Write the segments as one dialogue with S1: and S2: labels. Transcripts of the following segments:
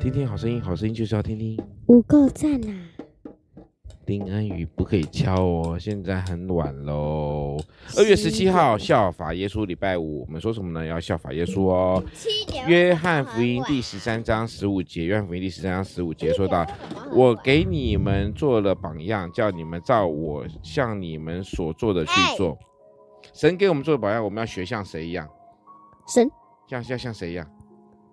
S1: 听听好声音，好声音就是要听听。
S2: 五够赞啦！
S1: 丁安宇不可以敲哦，现在很晚喽。二月十七号效法耶稣礼拜五，我们说什么呢？要效法耶稣哦。
S3: 七点
S1: 约翰福音第十三章十五节，约翰福音第十三章十五节说到：“我给你们做了榜样，叫你们照我向你们所做的去做。”神给我们做的榜样，我们要学像谁一样？
S2: 神
S1: 像要像谁一样？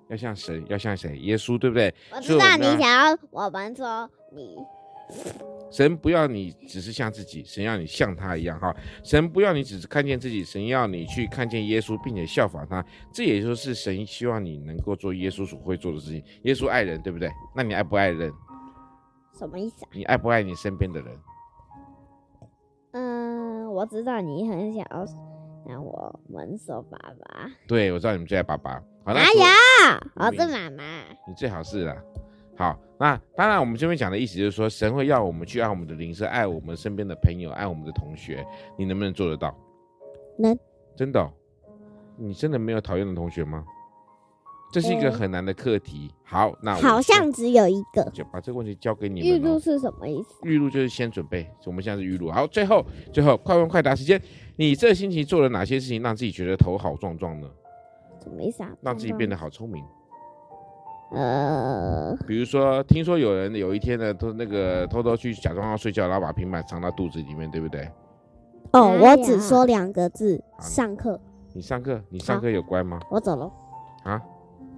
S1: 要像神，要像谁？耶稣，对不对？
S3: 我
S1: 所
S3: 知
S1: 以
S3: 道
S1: 我们要
S3: 你想要我们说你
S1: 神不要你只是像自己，神要你像他一样哈。神不要你只是看见自己，神要你去看见耶稣，并且效法他。这也就是神希望你能够做耶稣所会做的事情。耶稣爱人，对不对？那你爱不爱人？
S3: 什么意思啊？
S1: 你爱不爱你身边的人？
S3: 嗯，我知道你很想要让我们说爸爸。
S1: 对，我知道你们最爱爸爸。好，那
S3: 哎
S1: 除了
S3: 呀，
S1: 我
S3: 我
S1: 明
S3: 是妈妈。
S1: 你最好是啦。好，那当然，我们这边讲的意思就是说，神会要我们去爱我们的邻舍，爱我们身边的朋友，爱我们的同学。你能不能做得到？
S2: 能。
S1: 真的哦、你真的没有讨厌的同学吗？这是一个很难的课题。好，那我
S2: 嗯好像只有一个，
S1: 就把这个问题交给你
S3: 玉
S1: 们、
S3: 露
S1: 哦。
S3: 是什么意思？
S1: 预录就是先准备，我们现在是预录。好，最后最后快问快答时间，你这星期做了哪些事情让自己觉得头好壮壮呢？
S3: 什么意思啊？
S1: 让自己变得好聪明。
S3: 呃，
S1: 比如说，听说有人有一天呢，偷那个偷偷去假装要睡觉，然后把平板藏到肚子里面，对不对？
S2: 哦，
S3: 哎呀
S2: 我只说两个字：
S1: 好
S2: 上课。
S1: 你上课，你上课有乖吗？
S2: 我走了。
S1: 啊，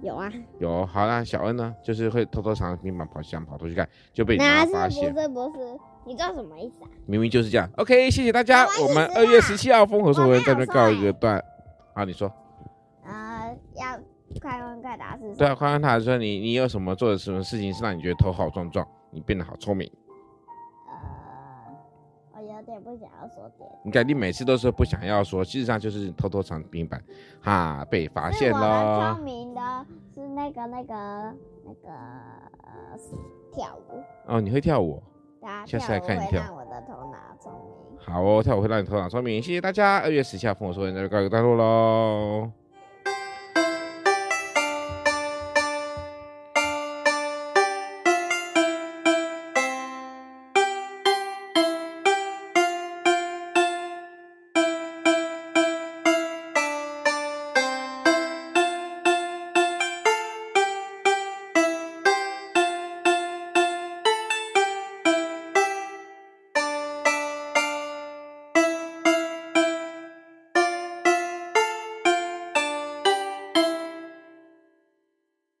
S3: 有啊，
S1: 有。好啦，小恩呢，就是会偷偷藏平板跑想跑出去看，就被你妈
S3: 那是
S1: 发
S3: 不
S1: 现。
S3: 是不是？你知道什么意思啊？
S1: 明明就是这样。OK，谢谢大家，
S3: 好啊
S1: 我
S3: 我
S1: 们
S3: 也
S1: 二
S3: 是
S1: 月十七号风和所
S3: 我没
S1: 文
S3: 有
S1: 在这边告
S3: 说
S1: 一个段。啊，你说
S3: 呃，要快问快答是什
S1: 对
S3: 么？
S1: 啊，宽宽他说你你有什么做的什么事情是让你觉得头好壮壮，你变得好聪明？
S3: 呃，我有点不想要说这个。
S1: 你看你每次都说不想要说，事实上就是偷偷藏平板，哈，被发
S3: 是
S1: 现
S3: 我们
S1: 喽
S3: 聪。明的是那个那个那个、呃、跳舞，
S1: 哦，你会跳舞哦。
S3: 啊，
S1: 下
S3: 跳
S1: 次来
S3: 舞
S1: 看你
S3: 会
S1: 跳
S3: 让我的头脑聪明。
S1: 好哦，跳舞会让你头脑聪明，谢谢大家。二月十七号，跟我说，在这告一个段落喽。